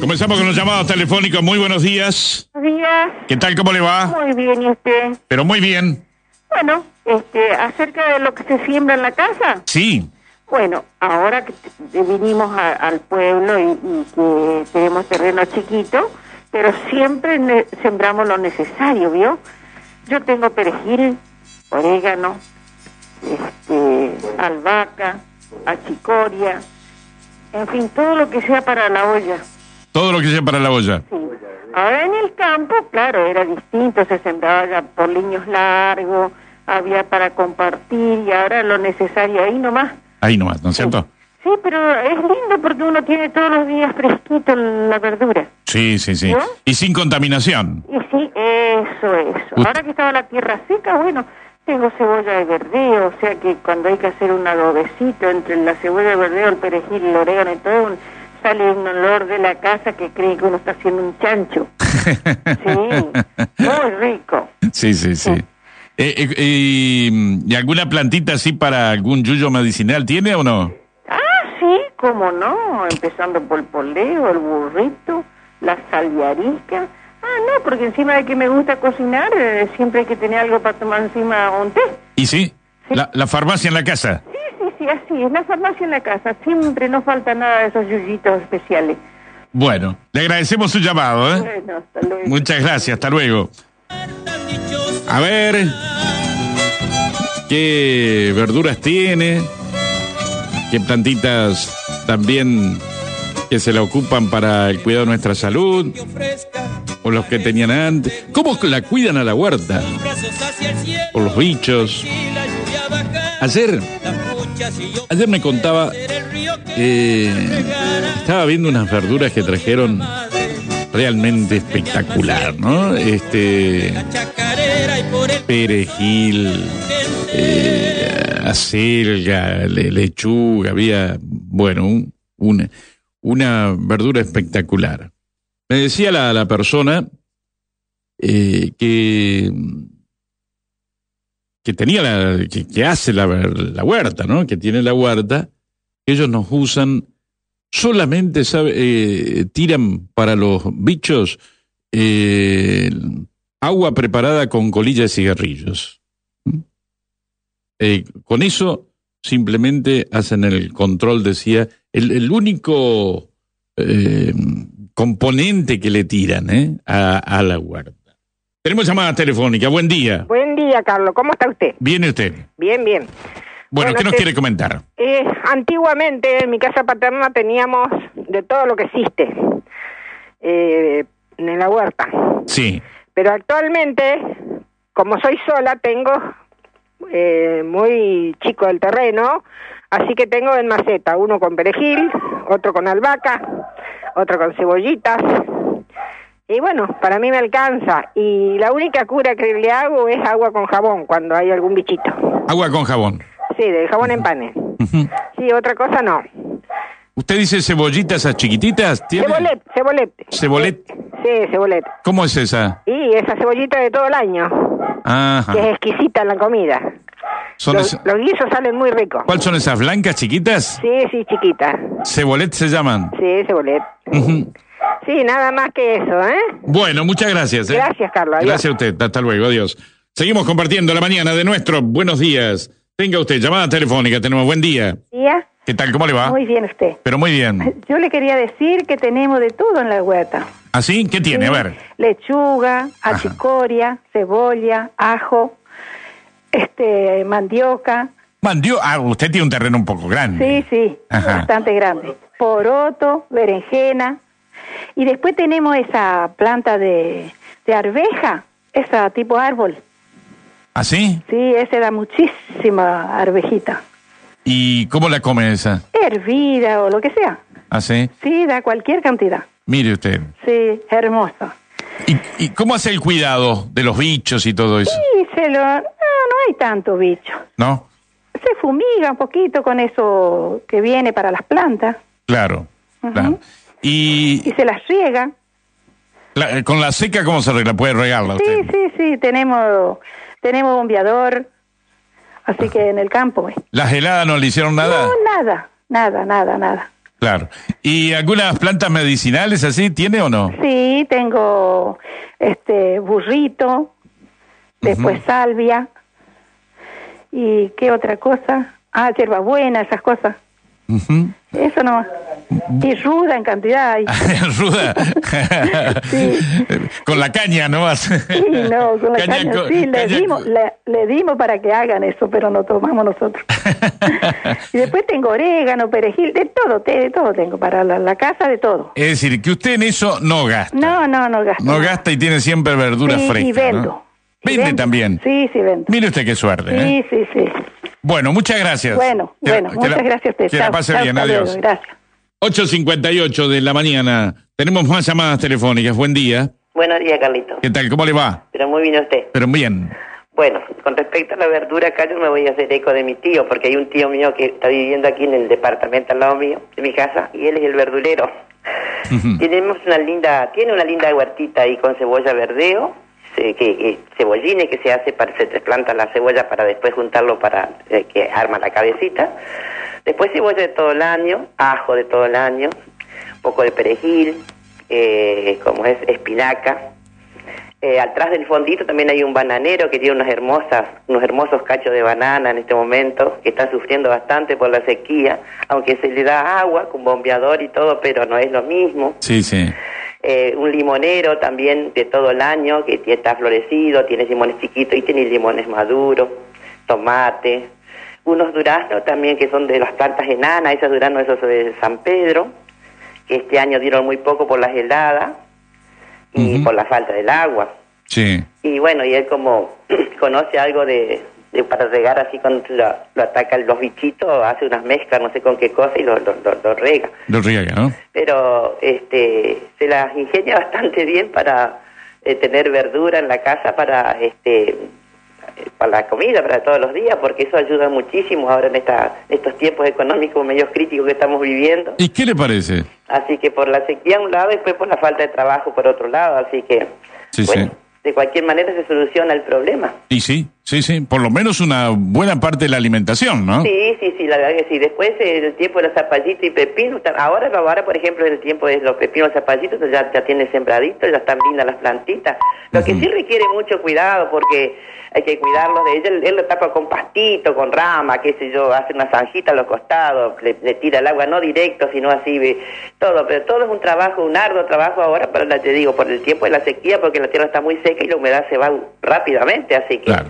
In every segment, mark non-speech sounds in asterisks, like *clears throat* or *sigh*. Comenzamos con los llamados telefónicos. Muy buenos días. Buenos días. ¿Qué tal? ¿Cómo le va? Muy bien, ¿y usted? Pero muy bien. Bueno, este, acerca de lo que se siembra en la casa. Sí. Bueno, ahora que t- eh, vinimos a- al pueblo y, y que tenemos terreno chiquito, pero siempre ne- sembramos lo necesario, ¿vio? Yo tengo perejil, orégano, este, albahaca, achicoria, en fin, todo lo que sea para la olla. Todo lo que sea para la olla. Sí. Ahora Ah, en el campo, claro, era distinto, se sembraba ya por liños largos, había para compartir y ahora lo necesario ahí nomás. Ahí nomás, ¿no es cierto? Sí, pero es lindo porque uno tiene todos los días fresquito la verdura. Sí, sí, sí. ¿No? Y sin contaminación. Y sí, eso, eso. Ut- Ahora que estaba la tierra seca, bueno, tengo cebolla de verdeo, o sea que cuando hay que hacer un adobecito entre la cebolla de verdeo, el perejil, el orégano y todo, un- sale un olor de la casa que cree que uno está haciendo un chancho. Sí, muy rico. *laughs* sí, sí, sí. Eh, eh, eh, ¿Y alguna plantita así para algún yuyo medicinal tiene o no? Ah, sí, cómo no, empezando por el poleo, el burrito, la salviarisca. Ah, no, porque encima de que me gusta cocinar, eh, siempre hay que tener algo para tomar encima un té. ¿Y sí? La, la farmacia en la casa. Sí, sí, sí, así es, la farmacia en la casa, siempre no falta nada de esos yuyitos especiales. Bueno, le agradecemos su llamado, ¿eh? Bueno, hasta luego. Muchas gracias, hasta luego. A ver, ¿qué verduras tiene? ¿Qué plantitas también que se la ocupan para el cuidado de nuestra salud? ¿O los que tenían antes? ¿Cómo la cuidan a la huerta? ¿O los bichos? Ayer, ayer me contaba, eh, estaba viendo unas verduras que trajeron realmente espectacular, ¿no? Este perejil, eh, acelga, le- lechuga, había, bueno, un- una, una verdura espectacular. Me decía la, la persona eh, que, que tenía la, que, que hace la, la huerta, ¿no? Que tiene la huerta, que ellos nos usan solamente sabe, eh, tiran para los bichos eh, agua preparada con colilla de cigarrillos. ¿Mm? Eh, con eso simplemente hacen el control, decía, el, el único eh, componente que le tiran ¿eh? a, a la huerta. Tenemos llamada telefónica, buen día. Buen día, Carlos. ¿Cómo está usted? Viene usted. Bien, bien. Bueno, Bueno, ¿qué nos te- quiere comentar? Eh, antiguamente en mi casa paterna teníamos de todo lo que existe eh, en la huerta. Sí, Pero actualmente, como soy sola, tengo eh, muy chico el terreno, así que tengo en maceta uno con perejil, otro con albahaca, otro con cebollitas. Y bueno, para mí me alcanza. Y la única cura que le hago es agua con jabón cuando hay algún bichito. agua con jabón. Sí, del jabón en panes. Ujú. Sí, otra cosa no. ¿Usted dice cebollitas a chiquititas? ¿Tiene? Cebolet, cebolet. Cebolet. Sí, cebolet. ¿Cómo es esa? Y esa cebollita de todo el año, que es Ajá. exquisita en la comida. Son Los, esa- los guisos salen muy ricos. ¿Cuáles son esas blancas chiquitas? Sí, sí, chiquita. Cebolet se llaman. Sí, cebolet. Ujú. Sí, nada más que eso, ¿eh? Bueno, muchas gracias. ¿eh? Gracias, Carlos. Adiós. Gracias a usted. Hasta luego. Adiós. Seguimos compartiendo la mañana de nuestro Buenos Días. Tenga usted llamada telefónica. Tenemos buen día. día. ¿Qué tal? ¿Cómo le va? Muy bien usted. Pero muy bien. Yo le quería decir que tenemos de todo en la huerta. ¿Así? ¿Ah, ¿Qué tiene? A ver. Lechuga, achicoria, cebolla, ajo, este mandioca. Mandio. Ah, usted tiene un terreno un poco grande. Sí, sí, Ajá. bastante grande. Poroto, berenjena. Y después tenemos esa planta de, de arveja, esa tipo árbol. ¿Así? Sí, ese da muchísima arvejita. ¿Y cómo la come esa? Hervida o lo que sea. ¿Así? Sí, da cualquier cantidad. Mire usted. Sí, hermosa. ¿Y, y cómo hace el cuidado de los bichos y todo eso? Y se lo... No, no hay tanto bicho. ¿No? Se fumiga un poquito con eso que viene para las plantas Claro. Ujú. claro. Y, y se las riega. La- eh, con la seca, ¿cómo se arregla? ¿Puede regarla Sí, usted? sí, sí, tenemos, tenemos bombeador, así que en el campo. eh. ¿Las heladas no le hicieron nada? No, nada, nada, nada, nada. Claro. ¿Y algunas plantas medicinales así tiene o no? Sí, tengo este burrito, después salvia y qué otra cosa, ah, hierbabuena, esas cosas. Ujú. *laughs* Eso no. Y ruda en cantidad. Ah, Y, Ruda. Sí. Con la caña nomás. y *laughs* no, con la caña, co- sí, le caña dimos, co- le, le dimos para que hagan eso, pero no tomamos *laughs* nosotros. y después tengo orégano, perejil, de todo, te- de todo tengo, para la, la casa, de todo. Es decir, que usted en eso no gasta. No, no, no gasto. No nada. gasta y tiene siempre verduras Sí, frescas. Y vendo. ¿no? Y Vende vendo. también. Sí, sí, vendo. Mire usted qué suerte. ¿eh? Sí, sí, sí. Bueno, muchas gracias. Bueno, Que- bueno, que la- muchas gracias a usted. Que la Chao, pase chao, bien, hasta luego, adiós. Gracias. 8.58 de la mañana. Tenemos más llamadas telefónicas. Buen día. Buenos días, Carlito. ¿Qué tal? ¿Cómo le va? Pero muy bien a usted. Pero bien. Bueno, con respecto a la verdura acá, yo me voy a hacer eco de mi tío, porque hay un tío mío que está viviendo aquí en el departamento al lado mío, de mi casa, y él es el verdulero. Tenemos una linda, tiene una linda huertita ahí con cebolla verdeo, se- que, que- cebollines que se hace para, se trasplanta la cebolla para después juntarlo para eh, que arma la cabecita. Después cebolla de todo el año, ajo de todo el año, un poco de perejil, eh, como es espinaca, eh, atrás del fondito también hay un bananero que tiene unas hermosas, unos hermosos cachos de banana en este momento, que está sufriendo bastante por la sequía, aunque se le da agua con bombeador y todo, pero no es lo mismo. Sí, sí. Eh, un limonero también de todo el año, que tie- está florecido, tiene limones chiquitos y tiene limones maduros, tomate, unos duraznos también que son de las plantas enanas, esos duraznos esos de San Pedro, que este año dieron muy poco por las heladas y Eh, Ujú. por la falta del agua. Sí. Y bueno, y él como *clears throat* conoce algo de, de para regar así cuando lo, lo atacan los bichitos, hace unas mezclas, no sé con qué cosa, y lo, lo, lo- lo rega. Lo riega, ¿no? Pero este se las ingenia *laughs* bastante bien para eh, tener verdura en la casa para este eh, para la comida, para todos los días, porque eso ayuda muchísimo ahora en esta, estos tiempos económicos medios críticos que estamos viviendo. ¿Y qué le parece? Así que por la sequía a un lado y después por la falta de trabajo por otro lado. Así que, Sí, bueno, sí. de cualquier manera se soluciona el problema. Y sí, sí, sí. Por lo menos una buena parte de la alimentación, ¿no? Sí, sí, sí, la verdad que sí. Después eh, el tiempo de los zapallitos y pepinos. ta- Ahora, ahora por ejemplo, el tiempo de los pepinos zapallitos ya, ya tiene sembradito, ya están lindas las plantitas. Lo que Ujú. sí requiere mucho cuidado porque hay que cuidarlos de ellos. Él, él lo tapa con pastito, con rama, qué sé yo, hace una zanjita a los costados, le, le tira el agua, no directo, sino así, ve, todo. Pero todo es un trabajo, un arduo trabajo ahora, pero la- te digo, por el tiempo de la sequía, porque la tierra está muy seca y la humedad se va rápidamente, así que... Claro.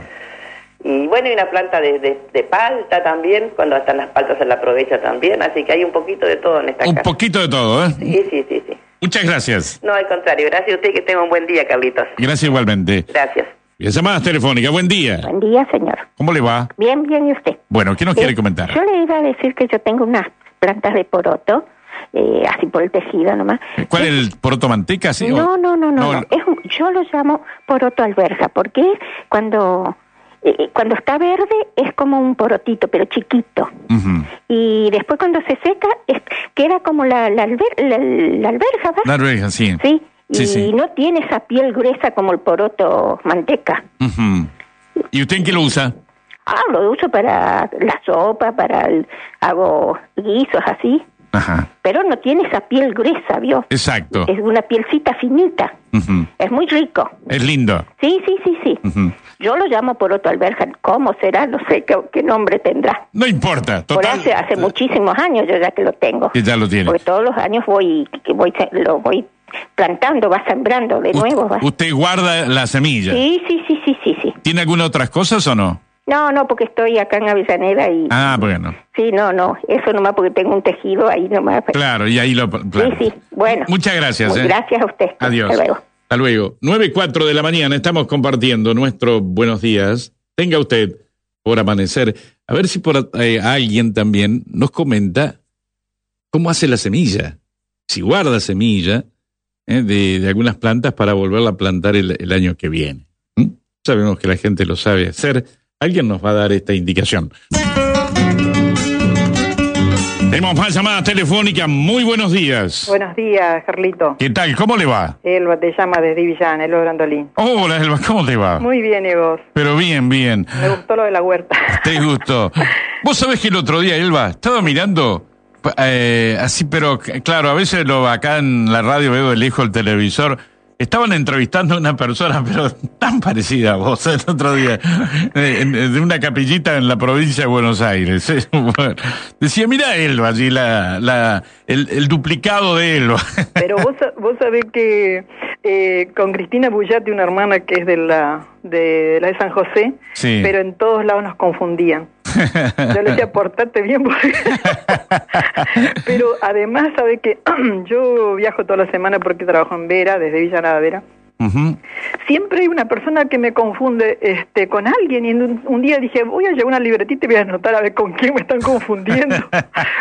Y bueno, y una planta de, de, de palta también, cuando están las paltas se la aprovecha también, así que hay un poquito de todo en esta Un casa. poquito de todo, ¿eh? Sí, sí, sí, sí. Muchas gracias. No, al contrario, gracias a usted que tenga un buen día, Carlitos. Gracias igualmente. Gracias. Bien, llamadas telefónicas. Buen día. Buen día, señor. ¿Cómo le va? Bien, bien, ¿y usted? Bueno, ¿qué nos quiere Eh, comentar? Yo le iba a decir que yo tengo unas plantas de poroto, eh, así por el tejido nomás. ¿Cuál es Eh, el poroto manteca? sí, o- No, no, no, no. No, no. Es un- yo lo llamo poroto alberja, porque es cuando, eh, cuando está verde es como un porotito, pero chiquito. Ujú. Y después cuando se seca es- queda como la, la, alber- la- la alberja, ¿va? La arveja, sí. Sí. Y Sí, sí. no tiene esa piel gruesa como el poroto manteca. Ujú. ¿Y usted en qué lo usa? Ah, lo uso para la sopa, para el, hago guisos así, Ajá, pero no tiene esa piel gruesa, ¿vio? exacto. Es una pielcita finita. Ujú. Es muy rico. Es lindo. Sí, sí, sí, sí. Ujú. Yo lo llamo poroto alberja. ¿Cómo será? No sé qué, qué nombre tendrá. No importa, Por total. hace, hace muchísimos años yo ya que lo tengo. Que ya lo tiene. Porque todos los años voy, que voy lo voy plantando, va sembrando de Ust- nuevo. va. Usted guarda la semilla. Sí, sí, sí, sí, sí, sí. ¿Tiene alguna otras cosas o no? No, no, porque estoy acá en Avellaneda y... Ah, bueno. Sí, no, no. Eso nomás porque tengo un tejido ahí nomás. Claro, y ahí lo. claro. Sí, sí. Bueno. Muchas gracias. Muy eh. Gracias a usted. Adiós. Hasta luego. Hasta luego. 9 y 4 de la mañana estamos compartiendo nuestro buenos días. Tenga usted por amanecer. A ver si por eh, alguien también nos comenta cómo hace la semilla. Si guarda semilla eh, de, de algunas plantas para volverla a plantar el, el año que viene. ¿Mm? Sabemos que la gente lo sabe hacer. Alguien nos va a dar esta indicación. Tenemos más llamadas telefónicas. Muy buenos días. Buenos días, Carlito. ¿Qué tal? ¿Cómo le va? Elba te llama desde Villana, Elba Brandolín. Hola, Elba, ¿cómo te va? Muy bien, ¿y vos? Pero bien, bien. *laughs* Me gustó lo de la huerta. Te gustó. Vos sabés que el otro día, Elba, estaba mirando Pa- eh, así, pero c- claro, a veces lo acá en la radio veo el hijo el televisor. Estaban entrevistando a una persona, pero tan parecida a vos el otro día, eh, en- de una capillita en la provincia de Buenos Aires. *laughs* eh. Bueno, Decía, mira Elba allí, la, la, el, el duplicado de Elba. Pero vos, sa- vos sabés que eh, con Cristina Bullati, una hermana que es de la de la de San José, Sí. pero en todos lados nos confundían. Yo le decía, portate bien. porque-". *laughs* pero además, sabés que *clears throat* yo viajo toda la semana porque trabajo en Vera, desde Villa Nada Vera. Ujú. Siempre hay una persona que me confunde este, con alguien y en un, un día dije, voy a llevar una libretita y voy a anotar a ver con quién me están confundiendo.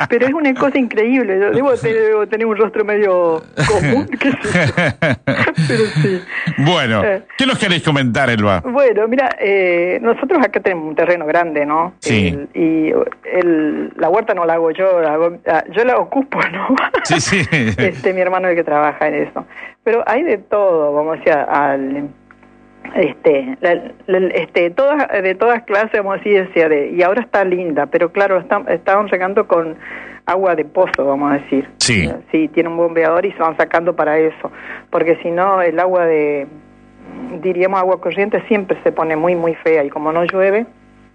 Pero es una cosa increíble, yo debo tener, debo tener un rostro medio común. qué sé yo. Pero sí. Bueno, Eh. ¿qué nos queréis comentar, Elba? Bueno, mira, eh, nosotros acá tenemos un terreno grande, ¿no? Sí. El- y el- la huerta no la hago yo, la hago- ah, yo la ocupo, ¿no? Sí, sí. *laughs* este mi hermano es el que trabaja en eso pero hay de todo vamos a decir, al este, la- la- este todas de todas clases vamos a decir decía de- y ahora está linda pero claro está, estaban regando con agua de pozo vamos a decir Sí. sí tiene un bombeador y se van sacando para eso porque si no el agua de diríamos agua corriente siempre se pone muy muy fea y como no llueve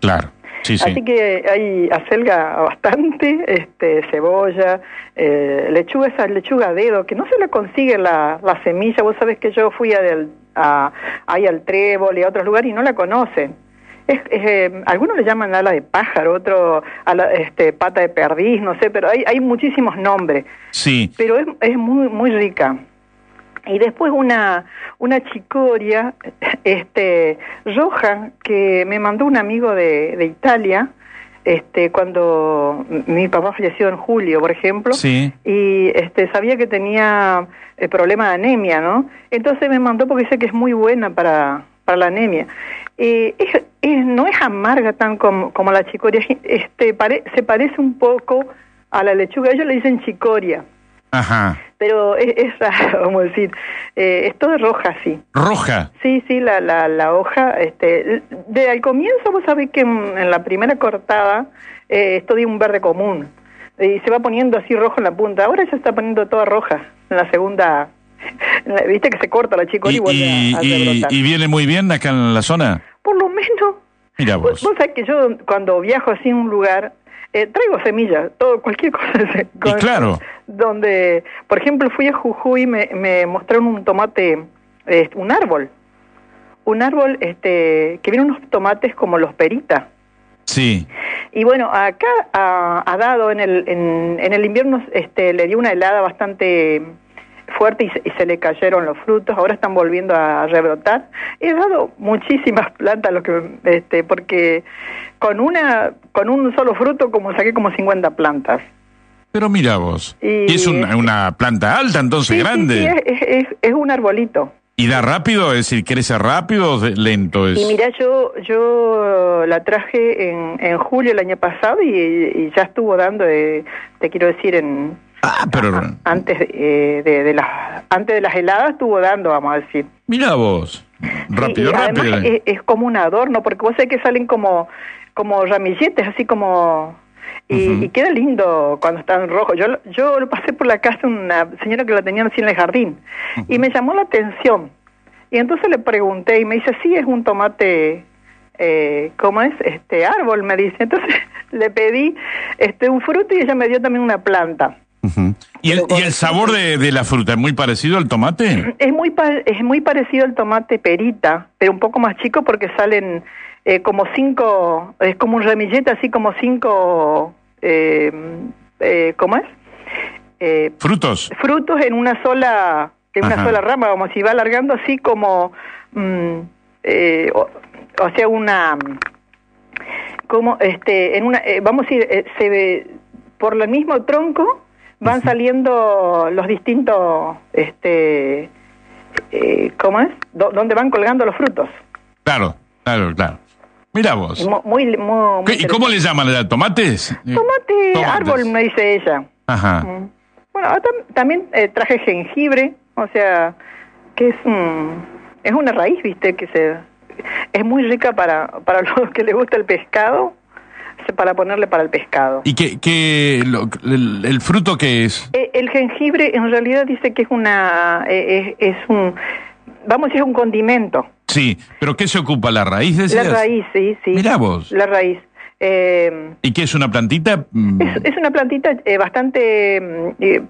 Claro. Sí, sí. Así que hay acelga bastante, este, cebolla, eh, lechuga, esa lechuga a dedo, que no se la consigue la, la semilla. Vos sabés que yo fui a, del- a- ahí al trébol y a otros lugares y no la conocen. Es, es, eh, algunos le llaman ala de pájaro, otro ala- este, pata de perdiz, no sé, pero hay, hay muchísimos nombres Sí. pero es, es muy muy rica. Y después una una chicoria *laughs* este roja que me mandó un amigo de, de Italia, este cuando m- mi papá falleció en julio, por ejemplo, Sí. y este sabía que tenía el problema de anemia, ¿no? Entonces me mandó porque dice que es muy buena para para la anemia. Eh, es- es- no es amarga tan como, como la chicoria, es- este pare- se parece un poco a la lechuga, ellos le dicen chicoria Ajá. pero es, es raro, *laughs* vamos a decir, eh, es todo roja, sí. Roja. Sí, sí, la, la, la hoja, este, de al comienzo vos sabés que en, en la primera cortada eh, esto dio un verde común y se va poniendo así rojo en la punta, ahora ya está poniendo toda roja en la segunda, en la- viste que se corta la chicoria y, Y, vuelve y- a, a y- rebrotar. y viene muy bien acá en la zona. Por lo menos, Mira vos, vos. vos sabés que yo cuando viajo así a un lugar, eh, traigo semillas, todo, cualquier *laughs* cosa. se- Y claro. donde, por ejemplo, fui a Jujuy y me, me mostraron un tomate, eh, un árbol, un árbol este, que viene unos tomates como los perita. Sí. Y bueno, acá ha, ha dado en el, en, en el invierno, este, le dio una helada bastante fuerte y se, y se le cayeron los frutos, ahora están volviendo a rebrotar. He dado muchísimas plantas, lo que, este, porque con, una, con un solo fruto como saqué como 50 plantas. Pero mira vos. Y- Y es un- una planta alta, entonces Sí, sí, grande. sí, es- es, es- es un arbolito. ¿Y da rápido? Es decir, ¿crece rápido o de- lento? Es... Y mira, yo yo la traje en, en julio el año pasado y, y ya estuvo dando, eh, te quiero decir, en Ah, pero. antes eh, de, de las antes de las heladas estuvo dando, vamos a decir. Mira vos. Rápido, Y- y además rápido. Es, es como un adorno, porque vos sabés que salen como, como ramilletes, así como... Y, y queda lindo cuando están rojos. Yo, lo- yo lo pasé por la casa de una señora que la tenía así en el jardín y me llamó la atención. Y entonces le pregunté y me dice, sí, es un tomate, eh, ¿cómo es? Este árbol, me dice. Entonces *laughs* le pedí este un fruto y ella me dio también una planta. Ujú. ¿Y el, y el sabor de, de la fruta es muy parecido al tomate? *clears throat* Es muy pa- es muy parecido al tomate perita, pero un poco más chico porque salen eh, como cinco, es como un ramillete así como cinco, eh, eh, ¿cómo es? Eh, ¿Frutos? frutos en una sola, en Ajá. una sola rama, como si va alargando así como, mm, eh, o, o sea, una, mm, como, este, en una, eh, vamos a ir, eh, se ve, por el mismo tronco van saliendo los distintos, este, eh, ¿cómo es? Do- donde van colgando los frutos. Claro, claro, claro. Mira vos. Mu- Muy, muy, muy ¿Qué- ¿Y cómo le llaman? ¿Le dan ¿Tomates? Eh, Tomate, tomates. árbol, me dice ella. Ajá. Mm. Bueno, ahora tam- también eh, traje jengibre, o sea, que es un, es una *laughs* raíz, viste, que se es muy rica para para los que les gusta el pescado. para ponerle para el pescado. ¿Y qué, qué lo- el, el fruto qué es? Eh, El jengibre en realidad dice que es una eh, es, es un vamos es un condimento. Sí, pero ¿qué se ocupa? ¿La raíz de La raíz, sí, sí. Mirá vos. La raíz. Eh, ¿Y qué es una plantita? Mm, es, es una plantita eh, bastante mm, eh,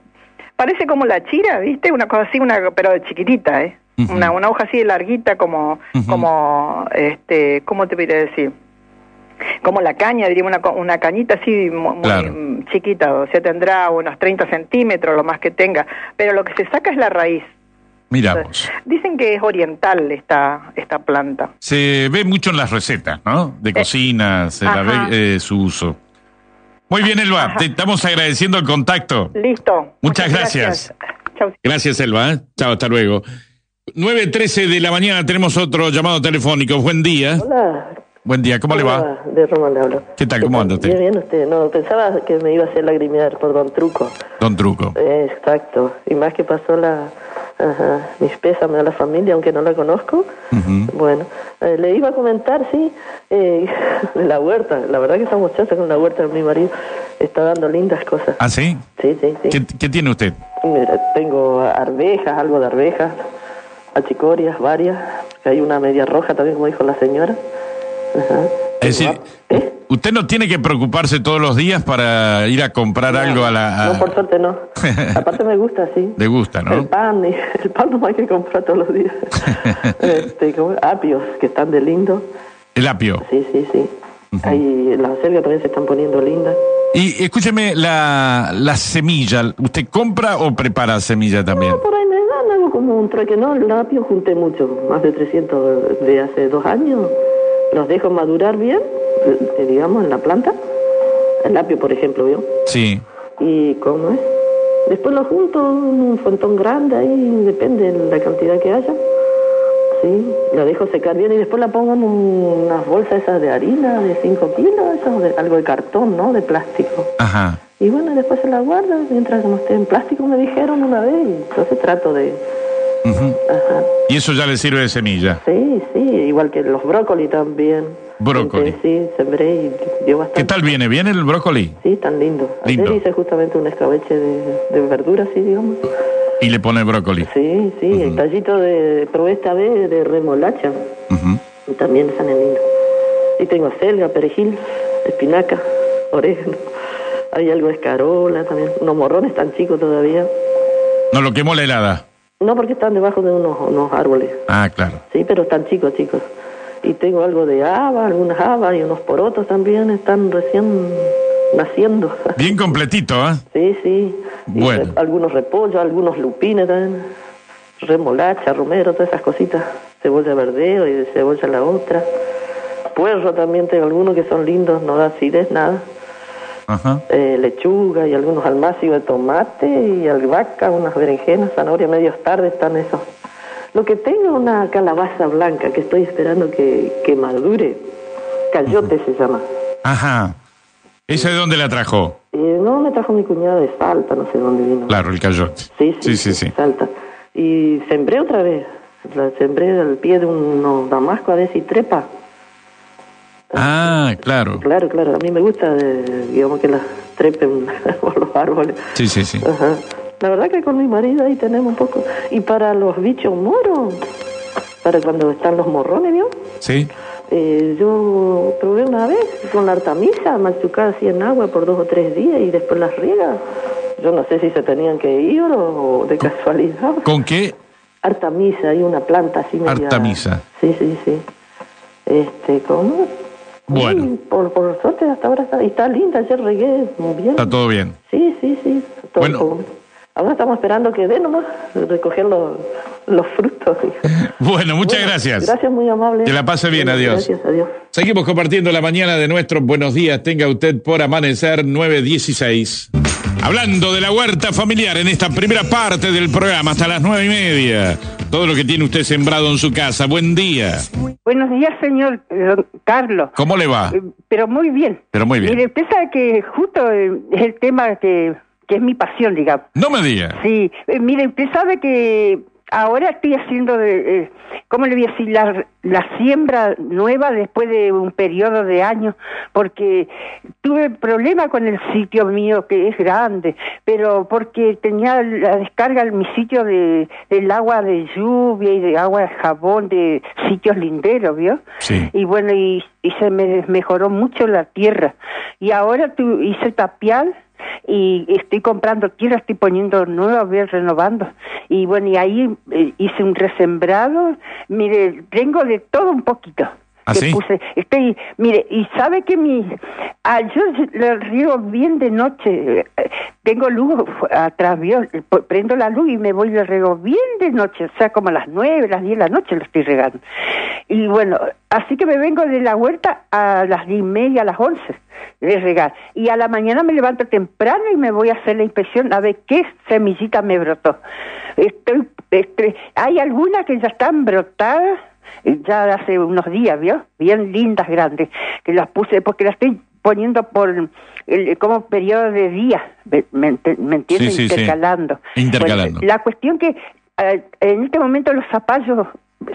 parece como la chira, ¿viste? Una cosa así, una pero chiquitita, ¿eh? Ujú. Una una hoja así de larguita como Ujú. como este, ¿cómo te podría decir? Como la caña, diría una, co- una cañita así mu- muy, Claro. mm, chiquita, o sea, tendrá unos 30 centímetros, lo más que tenga. Pero lo que se saca es la raíz. mirá vos. Dicen que es oriental esta, esta planta. Se ve mucho en las recetas, ¿no? De cocina, se la ajá. ve eh, su uso. Muy bien, Elba, te estamos agradeciendo el contacto. Listo. Muchas gracias. Chau. Gracias, Elba. ¿eh? Chao, hasta luego. 9.13 de la mañana tenemos otro llamado telefónico. Buen día. Hola. Buen día, ¿cómo le va? Ah, De Roma le hablo. ¿Qué tal? ¿Cómo anda usted? Bien, bien usted. No, pensaba que me iba a hacer lagrimear, perdón, truco. Don Truco. Eh, exacto. Y más que pasó la... Ajá, mis pésames a la familia, aunque no la conozco. Ujú. Bueno, eh, le iba a comentar, sí, eh, *laughs* de la huerta. La verdad que esa muchacha con la huerta de mi marido está dando lindas cosas. ¿Ah, sí? Sí, sí, sí. ¿Qué, qué tiene usted? Mira, tengo arvejas, algo de arvejas, achicorias, varias. Hay una media roja también, como dijo la señora. Ajá. Es decir, ¿Eh? usted no tiene que preocuparse todos los días para ir a comprar algo a la... a- No, por suerte no. Aparte me gusta, sí. *laughs* Le gusta, El ¿no? pan, y- *laughs* el pan no hay que comprar todos los *laughs* días. este, como apios que están de lindo. El apio. Sí, sí, sí. Ahí las acelgas también se están poniendo lindas. Y escúcheme, la, la semilla, ¿usted compra o prepara semilla también? No, por ahí me dan algo como un trueque. No, los apios junté mucho, más de 300 de hace dos años. Los dejo madurar bien, eh, digamos, en la planta. El apio, por ejemplo, ¿vio? Sí. ¿Y cómo es? Después lo junto en un fontón grande ahí, depende de la cantidad que haya. Sí, lo dejo secar bien y después la pongo en un- unas bolsas esas de harina de 5 kilos, esas de- algo de cartón, ¿no? De plástico. Ajá. Y bueno, después se la guardo mientras no esté en plástico, me dijeron una vez, y entonces trato de... Ujú. Ajá. Y eso ya le sirve de semilla. Sí, sí, igual que los brócoli también. Brócoli. Sí, sembré y dio bastante. ¿Qué tal viene? ¿Viene el brócoli? Sí, tan lindo. Lindo. Ayer hice justamente un escabeche de, de verduras, sí, digamos. Y le pone brócoli. Sí, sí, el tallito de, probé esta vez de remolacha, Ujú. y también sale lindo. Y tengo selga, perejil, espinaca, orégano, hay algo de escarola también, unos morrones tan chicos todavía. No lo quemó la helada. No porque están debajo de unos, unos árboles, Ah, claro. sí, pero están chicos, chicos. Y tengo algo de haba, algunas habas y unos porotos también, están recién naciendo. *laughs* Bien completito, ¿eh? Sí, sí. Y Bueno. re- algunos repollos, algunos lupines también. Remolacha, romero, todas esas cositas. Cebolla verdeo y cebolla la otra. Puerro también tengo algunos que son lindos, no da acidez, nada. Ajá. Eh, lechuga y algunos almácigos de tomate y albahaca, unas berenjenas, zanahoria, medios tarde están esos. Lo que tengo es una calabaza blanca que estoy esperando que, que madure. Cayote se llama. Ajá. ¿Esa de dónde la trajo? Eh, no, me trajo mi cuñada de Salta, no sé dónde vino. Claro, el cayote. Sí, sí, sí. sí. Salta. Y sembré otra vez. La sembré al pie de unos damascos a ver si trepa. Ah, claro. Claro, claro. A mí me gusta, eh, digamos, que las trepen *laughs* por los árboles. Sí, sí, sí. Ajá. La verdad que con mi marido ahí tenemos un poco. Y para los bichos moros, para cuando están los morrones, ¿vio? Sí. Eh, yo probé una vez con la artamisa, machucada así en agua por dos o tres días y después las riega. Yo no sé si se tenían que ir o o de casualidad. ¿Con qué? Artamisa, hay una planta así media... Artemisa. Sí, sí, sí. Este, ¿cómo? Bueno. Sí, por, por suerte hasta ahora está, y está linda, ayer regué muy bien. Está todo bien. Sí, sí, sí. todo Ah. Bueno. con- Ahora estamos esperando que dé nomás, recoger los, los frutos. Bueno, muchas Bueno, gracias. Gracias, muy amable. Que la pase bien, Bueno, adiós. Gracias, adiós. Seguimos compartiendo la mañana de nuestros buenos días. Tenga usted por amanecer 916. Hablando de la huerta familiar en esta primera parte del programa, hasta las nueve y media. Todo lo que tiene usted sembrado en su casa. Buen día. Buenos días, señor eh, don Carlos. ¿Cómo le va? Eh, Pero muy bien. Pero muy Mire, bien. usted sabe que justo eh, es el tema que, que es mi pasión, digamos. No me diga. Sí, eh, mire, usted sabe que ahora estoy haciendo, de, eh, ¿cómo le voy a decir? La, la siembra nueva después de un periodo de años, porque tuve problema con el sitio mío, que es grande, pero porque tenía la descarga en mi sitio de, del agua de lluvia y de agua de jabón de sitios linderos, ¿vio? Sí. Y bueno, y, y se me desmejoró mucho la tierra. Y ahora tu, hice tapial y estoy comprando tierra, estoy poniendo nueva, voy renovando. Y bueno, y ahí eh, hice un resembrado. Mire, tengo de todo un poquito. ¿Ah, que sí? puse. Estoy, mire, y sabe que mi. ah, yo le río bien de noche. eh, Tengo luz fu- atrás, vio, p- prendo la luz y me voy y le riego bien de noche. O sea, como a las nueve, las diez de la noche lo estoy regando. Y bueno, así que me vengo de la huerta a las diez y media, a las once de regar. Y a la mañana me levanto temprano y me voy a hacer la inspección a ver qué semillita me brotó. Estoy, este, hay algunas que ya están brotadas eh, ya hace unos días, ¿vio? Bien lindas, grandes, que las puse, porque las estoy poniendo por el, como periodo de día, ¿me, me ent- me Sí, entiende? sí, sí. Intercalando. Intercalando. Bueno, la cuestión que eh, en este momento los zapallos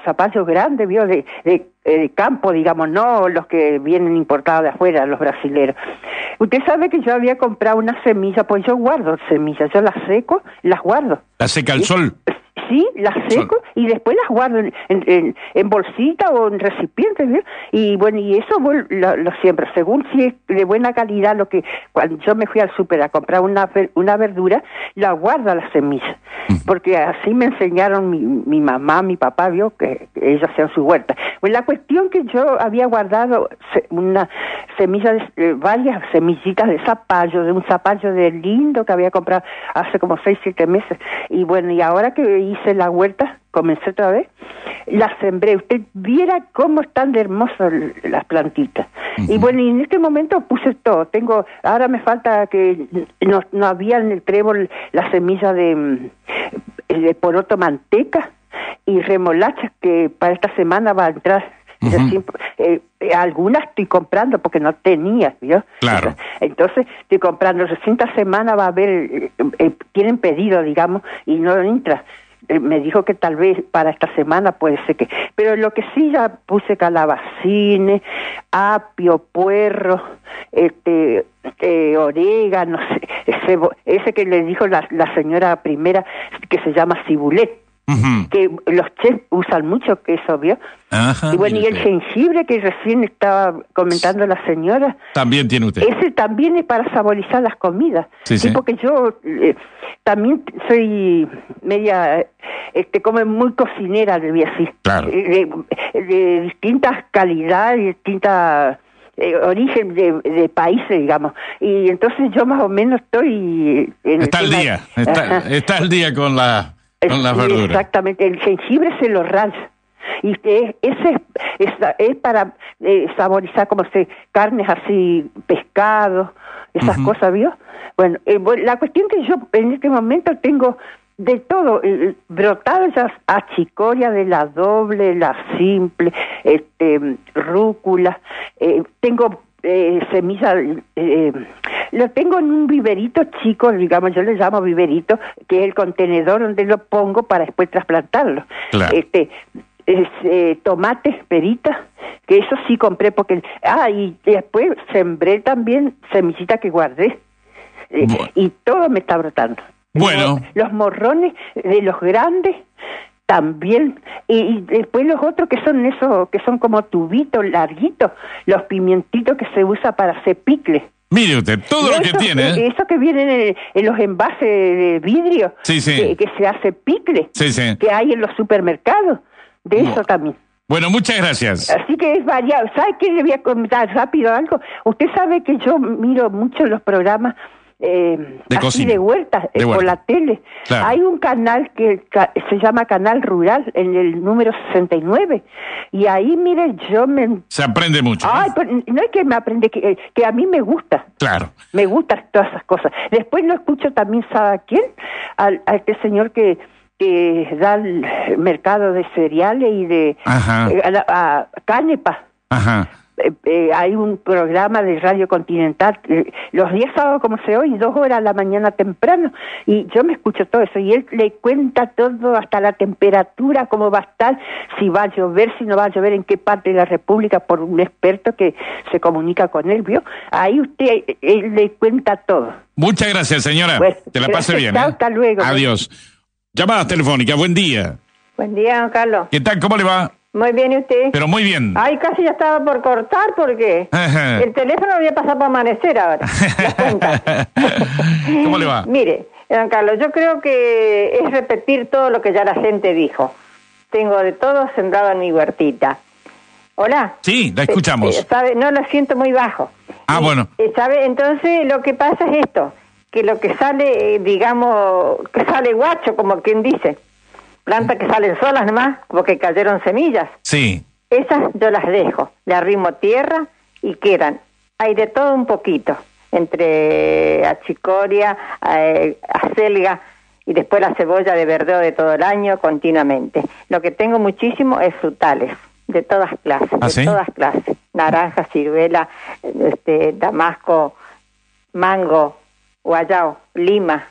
zapallos grandes, vio, de, de, eh, de campo, digamos, no los que vienen importados de afuera, los brasileros. Usted sabe que yo había comprado una semilla, pues yo guardo semillas, yo las seco, las guardo. La seca al sol. Sí, las seco y después las guardo en, en, en- en bolsita o en recipientes. ¿vio? Y bueno, y eso vol- lo, lo siempre, según si es de buena calidad lo que... Cuando yo me fui al súper a comprar una, ver- una verdura, la guardo a la semilla. Porque así me enseñaron mi, mi mamá, mi papá, vio que que ellos hacían su huerta. Pues la cuestión que yo había guardado se- una semilla, de, eh, varias semillitas de zapallo, de un zapallo de lindo que había comprado hace como seis, siete meses. Y bueno, y ahora que hice la huerta, comencé otra vez, la sembré. Usted viera cómo están de hermosas l- las plantitas. Y bueno, y en este momento puse todo. Tengo, ahora me falta que no, no había en el trébol la semilla de, mm, de poroto manteca y remolachas que para esta semana va a entrar. Yo Mm. Ujú. siempre- eh, eh, algunas estoy comprando porque no tenía, ¿vio? Claro. *laughs* Entonces estoy comprando, recién esta semana va a haber, eh, eh, tienen pedido, digamos, y no entra. Eh, me dijo que tal vez para esta semana puede ser que... Pero lo que sí ya puse calabacines, apio, puerro, este, eh, orégano, *laughs* ce- cebo- ese que le dijo la, la señora primera, que se llama cibulet, Ujú. que los chefs usan mucho queso, ¿vio? Ajá, y bueno, y mire el usted. jengibre que recién estaba comentando la señora, También tiene usted. ese también es para saborizar las comidas. Sí, sí. porque yo eh, también soy media, eh, este, como muy cocinera, le voy a decir. Claro. Eh, De, de distintas calidades, distintas eh, origen de, de países, digamos. Y entonces yo más o menos estoy... En el Está al tema- día. Está, Ajá. está al día con, la, con las Sí, verduras. Exactamente, el jengibre se lo ranza. Y que es- ese es, es- es para eh, saborizar, como se carnes así, pescado, esas cosas, ¿vio? Bueno, eh, bueno, la cuestión que yo en este momento tengo de todo, eh, eh, brotado ya a chicoria de la doble, la simple, este, mm, rúcula, eh, tengo eh, semilla, eh, lo tengo en un viverito chico, digamos, yo le llamo viverito, que es el contenedor donde lo pongo para después trasplantarlo. Claro. Este, es, eh, tomates, peritas, que eso sí compré porque... Ah, y después sembré también semillitas que guardé. Eh, Bueno. Y todo me está brotando. Bueno. Los morrones de los grandes también y, y después los otros que son esos que son como tubitos larguitos los pimientitos que se usa para hacer picles Mire usted, todo lo que Esos- tiene. ¿eh? esos que vienen en, en los envases de vidrio Sí, sí. Que, que se hace picle Sí, sí. que hay en los supermercados de Bueno. eso también Bueno, muchas gracias. Así que es variado. ¿Sabe qué le voy a comentar rápido algo? Usted sabe que yo miro mucho los programas eh, De así cocina. de huertas eh, De huerta. por la tele. Claro. Hay un canal que ca- se llama Canal Rural, en el número 69. Y ahí, mire, yo me... Se aprende mucho. ¿eh? Ay, pero no es que me aprende, que, eh, que a mí me gusta. Claro. Me gustan todas esas cosas. Después lo escucho también, ¿sabe a quién? Al, a este señor que, que da el mercado de cereales y de... Ajá. eh, A, la- a Canepa. Ajá. eh, eh, hay un programa de Radio Continental eh, los días sábados como se hoy, dos horas a la mañana temprano, y yo me escucho todo eso, y él le cuenta todo, hasta la temperatura, cómo va a estar, si va a llover, si no va a llover, en qué parte de la República, por un experto que se comunica con él, ¿vio? Ahí usted eh, él le cuenta todo. Muchas gracias, señora. Pues, Te la pase gracias, bien. chao, ¿eh? hasta luego. Adiós. Llamadas telefónicas, buen día. Buen día, don Carlos. ¿Qué tal? ¿Cómo le va? Muy bien, ¿y usted? Pero muy bien. Ay, casi ya estaba por cortar *laughs* porque Ajá. el teléfono lo voy a pasar para amanecer ahora. Las cuentas. *laughs* ¿Cómo le va? Mire, don Carlos, yo creo que es repetir todo lo que ya la gente dijo. Tengo de todo sembrado en mi huertita. Hola. Sí, la Eh, eh, escuchamos. ¿sabe? No lo siento muy bajo. Ah, bueno. Eh, ¿Sabe? Entonces lo que pasa es esto, que lo que sale, eh, digamos, que sale guacho, como quien dice, plantas que salen solas nomás, porque cayeron semillas, Sí. esas yo las dejo, le arrimo tierra y quedan. Hay de todo un poquito, entre achicoria, eh, acelga y después la cebolla de verdeo de todo el año continuamente. Lo que tengo muchísimo es frutales, de todas clases, ¿Ah, de sí? todas clases. Naranja, ciruela, este, damasco, mango, guayao, lima,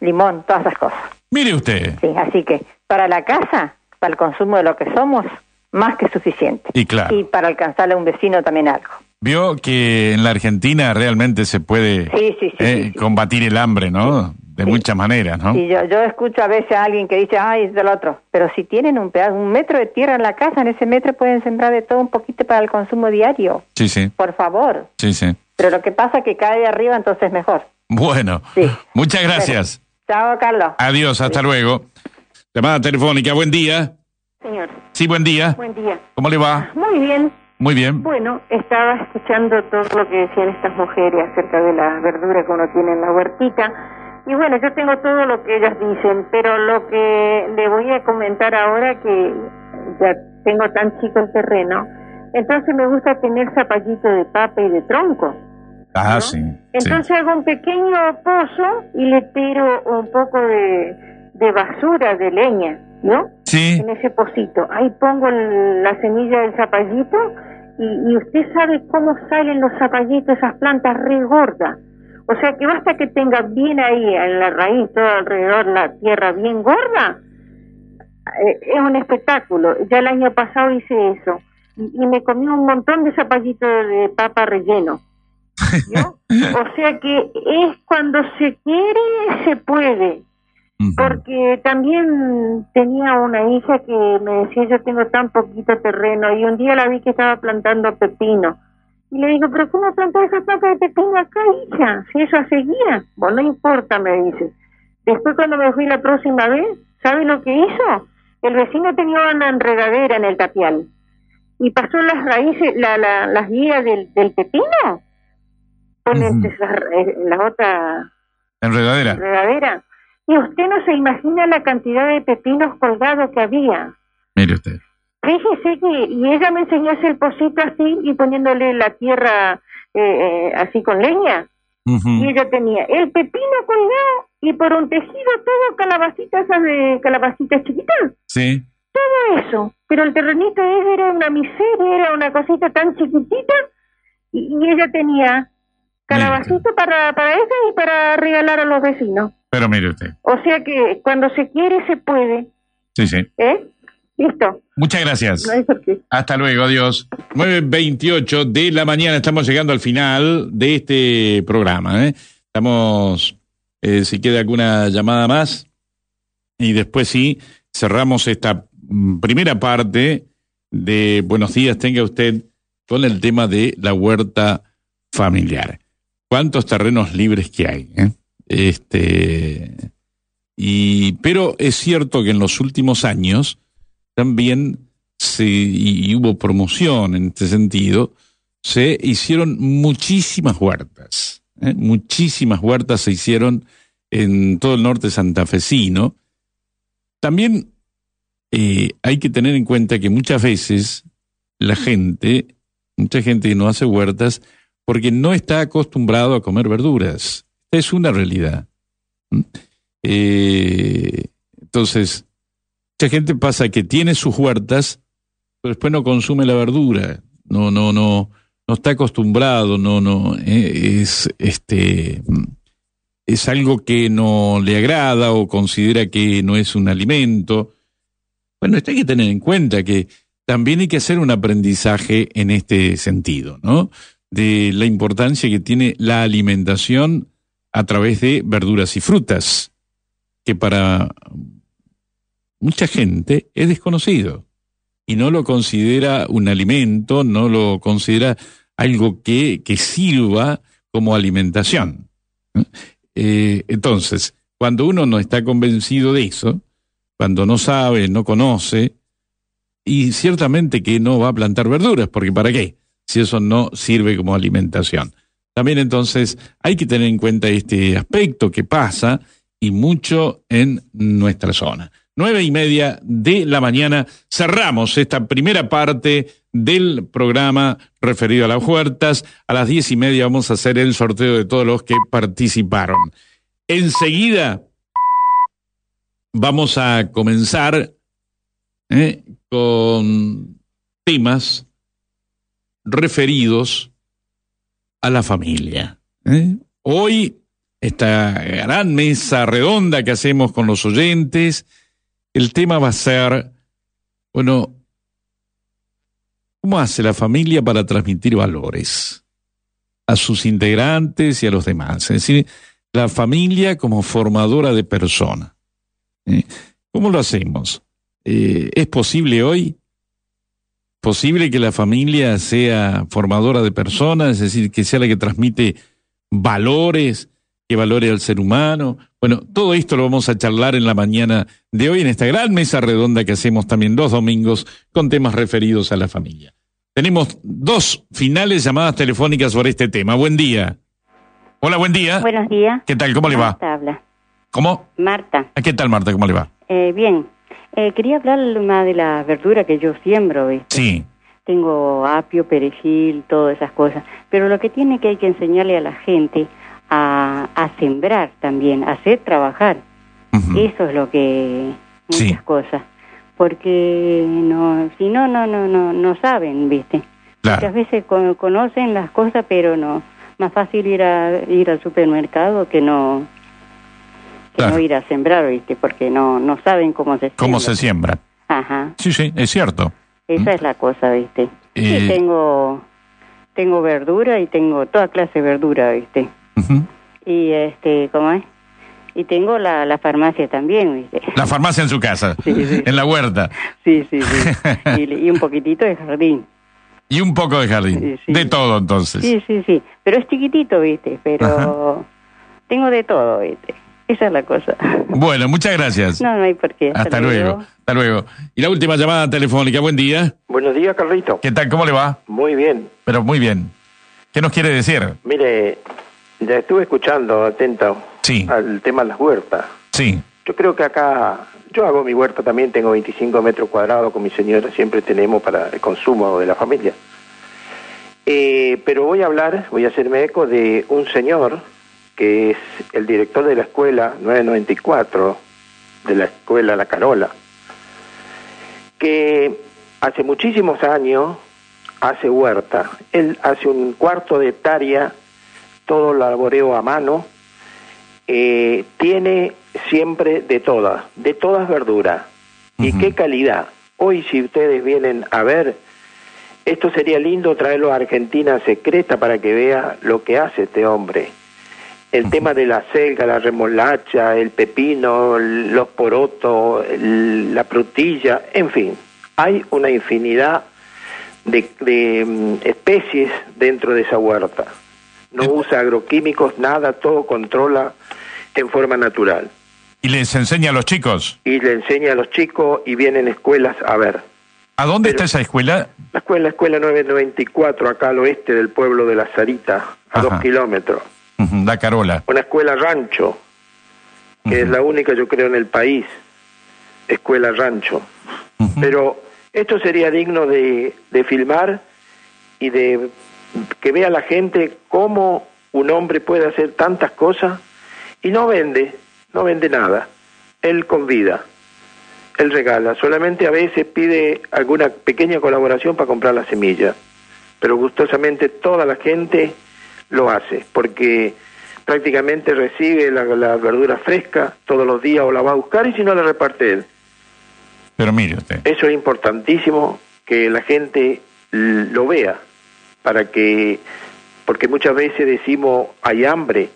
limón, todas esas cosas. Mire usted. Sí, así que para la casa, para el consumo de lo que somos, más que suficiente. Y claro. Y para alcanzarle a un vecino también algo. Vio que en la Argentina realmente se puede Sí, sí, sí, eh, sí, sí. combatir el hambre, ¿no? De muchas maneras, ¿no? Y yo, yo escucho a veces a alguien que dice, ay, es del otro. Pero si tienen un pedazo, un metro de tierra en la casa, en ese metro pueden sembrar de todo un poquito para el consumo diario. Sí, sí, Por favor. sí, sí. Pero lo que pasa es que cae de arriba, entonces mejor. Bueno, Sí. muchas gracias. Chao, Carlos. Adiós, hasta luego. Llamada telefónica, buen día. Señor, Sí, buen día. buen día. ¿Cómo le va? Muy bien. Muy bien. Bueno, estaba escuchando todo lo que decían estas mujeres acerca de las verduras que uno tiene en la huertita. Y bueno, yo tengo todo lo que ellas dicen, pero lo que le voy a comentar ahora que ya tengo tan chico el terreno, entonces me gusta tener zapallito de papa y de tronco. Ah, ¿no? sí. sí. Entonces hago un pequeño pozo y le tiro un poco de, de basura, de leña, ¿no? Sí, en ese pocito. Ahí pongo el- la semilla del zapallito y, y usted sabe cómo salen los zapallitos, esas plantas re gordas. O sea que basta que tenga bien ahí en la raíz, todo alrededor, la tierra bien gorda. eh, es un espectáculo. Ya el año pasado hice eso y, y me comí un montón de zapallitos de papa relleno. ¿vio? o sea que es cuando se quiere, se puede. ujú. Porque también tenía una hija que me decía, yo tengo tan poquito terreno, y un día la vi que estaba plantando pepino. Y le digo, pero ¿cómo plantar esa planta de pepino acá, hija? Si eso seguía. Bueno, no importa, me dice. Después cuando me fui la próxima vez, ¿sabe lo que hizo? El vecino tenía una enredadera en el tapial. Y pasó las raíces, la, la- las guías del, del pepino. Ponen Ujú. esas ra- las otras enredadera. enredadera. Y usted no se imagina la cantidad de pepinos colgados que había. Mire usted. Fíjese que, y ella me enseñó a hacer el pocito así y poniéndole la tierra eh, eh, así con leña. Y Ujú. ella tenía el pepino colgado y por un tejido todo calabacitas esas de calabacitas chiquitas. Sí, Todo eso. Pero el terrenito de ella era una miseria, era una cosita tan chiquitita. Y, y ella tenía calabacito para, para ella y para regalar a los vecinos. pero mire usted. O sea que cuando se quiere, se puede. Sí, sí. ¿Eh? Listo. Muchas gracias. No hay por qué. Hasta luego, adiós. 9.28 de la mañana, estamos llegando al final de este programa. ¿eh? Estamos, eh, si queda alguna llamada más, y después sí, cerramos esta mm, primera parte de Buenos días, tenga usted con el tema de la huerta familiar. ¿Cuántos terrenos libres que hay? eh? Este, y, pero es cierto que en los últimos años también se, y, y hubo promoción en este sentido, se hicieron muchísimas huertas. ¿eh? Muchísimas huertas se hicieron en todo el norte santafesino. También eh, hay que tener en cuenta que muchas veces la gente, mucha gente que no hace huertas, porque no está acostumbrado a comer verduras. Esta es una realidad. ¿Mm? Eh, entonces, mucha gente pasa que tiene sus huertas, pero después no consume la verdura. no, no, no, no está acostumbrado, no, no, eh, es este es algo que no le agrada o considera que no es un alimento. Bueno, esto hay que tener en cuenta que también hay que hacer un aprendizaje en este sentido, ¿no? De la importancia que tiene la alimentación a través de verduras y frutas, que para mucha gente es desconocido y no lo considera un alimento, no lo considera algo que, que sirva como alimentación. Eh, entonces, cuando uno no está convencido de eso, cuando no sabe, no conoce, y ciertamente que no va a plantar verduras, porque ¿para qué? Si eso no sirve como alimentación. También entonces hay que tener en cuenta este aspecto que pasa y mucho en nuestra zona. Nueve y media de la mañana cerramos esta primera parte del programa referido a las huertas. A las diez y media vamos a hacer el sorteo de todos los que participaron. Enseguida vamos a comenzar ¿eh? con temas referidos a la familia. ¿eh? Hoy, esta gran mesa redonda que hacemos con los oyentes, el tema va a ser, bueno, ¿cómo hace la familia para transmitir valores a sus integrantes y a los demás? Es decir, la familia como formadora de persona. ¿eh? ¿Cómo lo hacemos? Eh, ¿Es posible hoy? posible que la familia sea formadora de personas, es decir, que sea la que transmite valores, que valore al ser humano. Bueno, todo esto lo vamos a charlar en la mañana de hoy en esta gran mesa redonda que hacemos también los domingos con temas referidos a la familia. Tenemos dos finales llamadas telefónicas sobre este tema. Buen día. Hola, buen día. Buenos días. ¿Qué tal? ¿Cómo le va? Marta habla. ¿Cómo? Ah, Marta. ¿Qué tal, Marta? ¿Cómo le va? Eh, bien. Eh, quería hablar más de la verdura que yo siembro, ¿viste? Sí. Tengo apio, perejil, todas esas cosas. Pero lo que tiene que hay que enseñarle a la gente a, a sembrar también, a hacer trabajar. Uh -huh. Eso es lo que muchas Sí. cosas. Porque no, si no, no, no, no, no saben, ¿viste? Claro. Muchas veces con- conocen las cosas, pero no. Más fácil ir a ir al supermercado que no que Claro. no ir a sembrar, ¿viste? Porque no no saben cómo se ¿Cómo se siembra. siembra? Ajá. Sí, sí, es cierto. Esa es la cosa, ¿viste? Sí, ¿Mm? Eh, tengo, tengo verdura y tengo toda clase de verdura, ¿viste? Y este, ¿cómo es? Y tengo la, la farmacia también, ¿viste? La farmacia en su casa, en la huerta, Sí, sí, sí. y, y un poquitito de jardín. y un poco de jardín. De todo entonces. Sí, sí, sí. Pero es chiquitito, ¿viste? Pero tengo de todo, ¿viste? Esa es la cosa. Bueno, muchas gracias. *laughs* No, no hay por qué. Hasta luego. Hasta luego. Y la última llamada telefónica. Buen día. Buenos días, Carlito. ¿Qué tal? ¿Cómo le va? Muy bien. Pero muy bien. ¿Qué nos quiere decir? Mire, ya estuve escuchando atento al tema de las huertas. Sí. Yo creo que acá, yo hago mi huerta también, tengo 25 metros cuadrados con mi señora, siempre tenemos para el consumo de la familia. Eh, pero voy a hablar, voy a hacerme eco de un señor que es el director de la escuela 994, de la escuela La Carola, que hace muchísimos años hace huerta. Él hace un cuarto de hectárea, todo laboreo a mano, eh, tiene siempre de todas, de todas verduras. ¿Y qué calidad? Hoy si ustedes vienen a ver, esto sería lindo traerlo a Argentina Secreta para que vea lo que hace este hombre. El tema de la selga, la remolacha, el pepino, el- los porotos, el- la frutilla, en fin, hay una infinidad de, de, mm, especies dentro de esa huerta. No usa agroquímicos, nada, todo controla en forma natural. Y les enseña a los chicos. Y le enseña a los chicos y vienen escuelas a ver. ¿A dónde está esa escuela? La escuela, la escuela 994, acá al oeste del pueblo de La Sarita, a dos kilómetros. Ujú, La Carola. Una escuela rancho, que es la única, yo creo, en el país. Escuela rancho. Pero esto sería digno de, de filmar y de que vea la gente cómo un hombre puede hacer tantas cosas y no vende, no vende nada. Él convida, él regala, solamente a veces pide alguna pequeña colaboración para comprar la semilla. pero gustosamente toda la gente lo hace, porque prácticamente recibe la, la verdura fresca todos los días o la va a buscar y si no la reparte él. Pero mire usted. Eso es importantísimo que la gente l- lo vea, para que, porque muchas veces decimos hay hambre,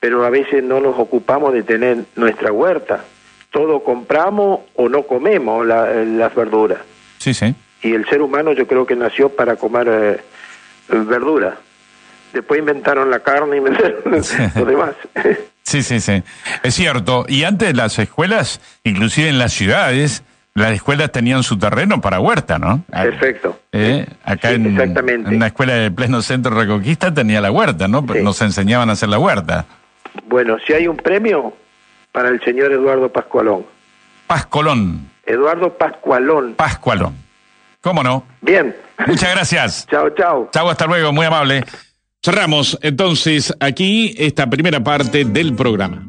pero a veces no nos ocupamos de tener nuestra huerta. Todo compramos o no comemos la- las verduras. Sí, sí. Y el ser humano yo creo que nació para comer eh, verduras. Después inventaron la carne y *laughs* inventaron lo demás. Sí, sí, sí. Es cierto. Y antes las escuelas, inclusive en las ciudades, las escuelas tenían su terreno para huerta, ¿no? Ah, Perfecto. ¿eh? Acá en, en la escuela del pleno centro Reconquista tenía la huerta, ¿no? Pero Nos enseñaban a hacer la huerta. Bueno, si hay un premio para el señor Eduardo Pascualón. Pascolón. Eduardo Pascualón. Pascualón. ¿Cómo no? Bien. Muchas gracias. *laughs* chao, chao. Chao, hasta luego, muy amable. Cerramos entonces aquí esta primera parte del programa.